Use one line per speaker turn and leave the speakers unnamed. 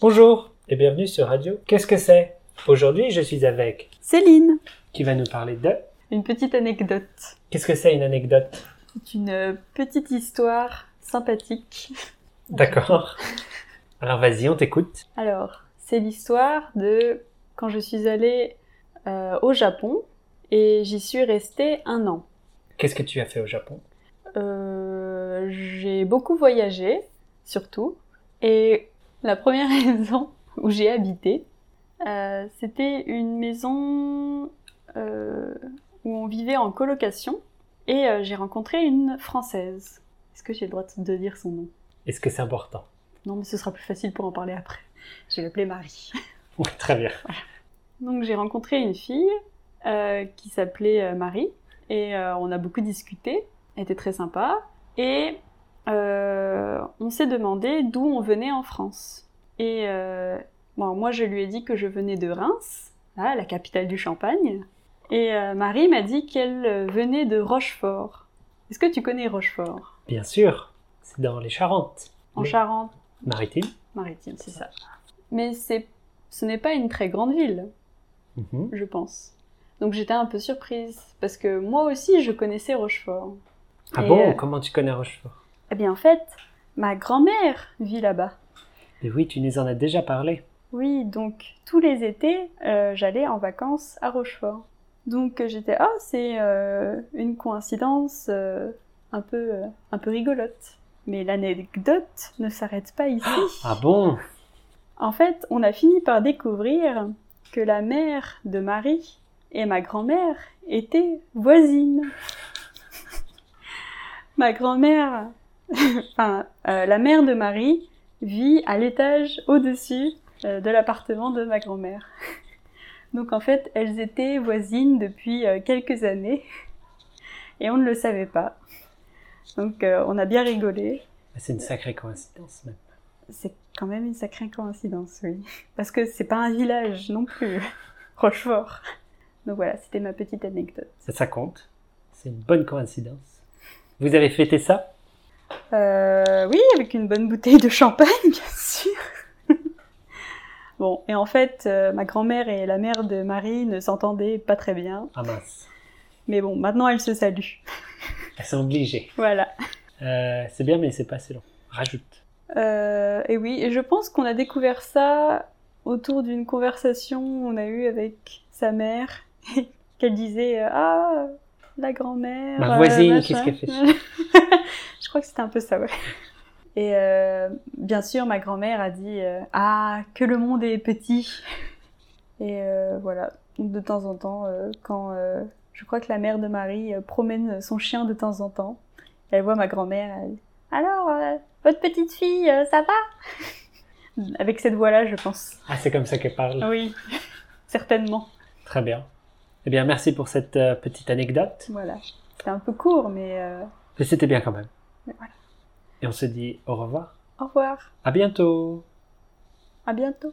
Bonjour et bienvenue sur Radio Qu'est-ce que c'est Aujourd'hui, je suis avec
Céline,
qui va nous parler de
une petite anecdote.
Qu'est-ce que c'est une anecdote
C'est une euh, petite histoire sympathique.
D'accord. Alors vas-y, on t'écoute.
Alors, c'est l'histoire de quand je suis allée euh, au Japon et j'y suis restée un an.
Qu'est-ce que tu as fait au Japon
Euh, j'ai beaucoup voyagé, surtout, et la première maison où j'ai habité, euh, c'était une maison euh, où on vivait en colocation, et euh, j'ai rencontré une Française. Est-ce que j'ai le droit de dire son nom
Est-ce que c'est important
Non, mais ce sera plus facile pour en parler après. Je vais l'appeler Marie.
Oui, très bien.
Donc j'ai rencontré une fille euh, qui s'appelait euh, Marie et euh, on a beaucoup discuté, elle était très sympa et euh, on s'est demandé d'où on venait en France. Et euh, bon, moi je lui ai dit que je venais de Reims, là, la capitale du Champagne, et euh, Marie m'a dit qu'elle euh, venait de Rochefort. Est-ce que tu connais Rochefort
Bien sûr, c'est dans les Charentes.
En
Oui.
Charente
Maritime.
maritime, c'est ça. Mais c'est, ce n'est pas une très grande ville.
Mhm.
je pense. Donc j'étais un peu surprise, parce que moi aussi je connaissais Rochefort.
Ah
Et,
bon
euh,
Comment tu connais Rochefort
Eh bien en fait, ma grand-mère vit là-bas.
Mais Eh oui, tu nous en as déjà parlé.
Oui, donc tous les étés, euh, j'allais en vacances à Rochefort. Donc euh, j'étais, ah, c'est euh, une coïncidence euh, un, peu, euh, un peu rigolote. Mais l'anecdote ne s'arrête pas ici.
Ah bon
En fait, on a fini par découvrir que la mère de Marie et ma grand-mère étaient voisines. ma grand-mère, enfin, euh, la mère de Marie vit à l'étage au-dessus euh, de l'appartement de ma grand-mère. Donc en fait, elles étaient voisines depuis euh, quelques années et on ne le savait pas. Donc euh, on a bien rigolé.
Ah, C'est une sacrée coïncidence même.
C'est quand même une sacrée coïncidence, oui. Parce que c'est pas un village non plus, Rochefort. Donc voilà, c'était ma petite anecdote.
Ça, ça compte. C'est une bonne coïncidence. Vous avez fêté ça
Euh, oui, avec une bonne bouteille de champagne, bien sûr. bon, et en fait, euh, ma grand-mère et la mère de Marie ne s'entendaient pas très bien.
Ah mince.
Mais bon, maintenant elles se saluent.
Elles sont obligées.
Voilà.
Euh, c'est bien, mais c'est pas assez long. Rajoute.
Euh, et oui, et je pense qu'on a découvert ça autour d'une conversation qu'on a eue avec sa mère, qu'elle disait euh, Ah, la grand-mère.
Ma
euh,
voisine,
machin.
qu'est-ce qu'elle
Je crois que c'était un peu ça, ouais. Et euh, bien sûr, ma grand-mère a dit euh, Ah, que le monde est petit Et euh, voilà, de temps en temps, euh, quand euh, je crois que la mère de Marie euh, promène son chien de temps en temps, elle voit ma grand-mère, elle Alors, euh, votre petite fille, euh, ça va Avec cette voix-là, je pense.
Ah, c'est comme ça qu'elle parle.
Oui, certainement.
Très bien. Eh bien, merci pour cette euh, petite anecdote.
Voilà. C'était un peu court, mais euh,
Mais c'était bien quand même.
Mais voilà.
Et on se dit au revoir.
au revoir.
À bientôt.
À bientôt.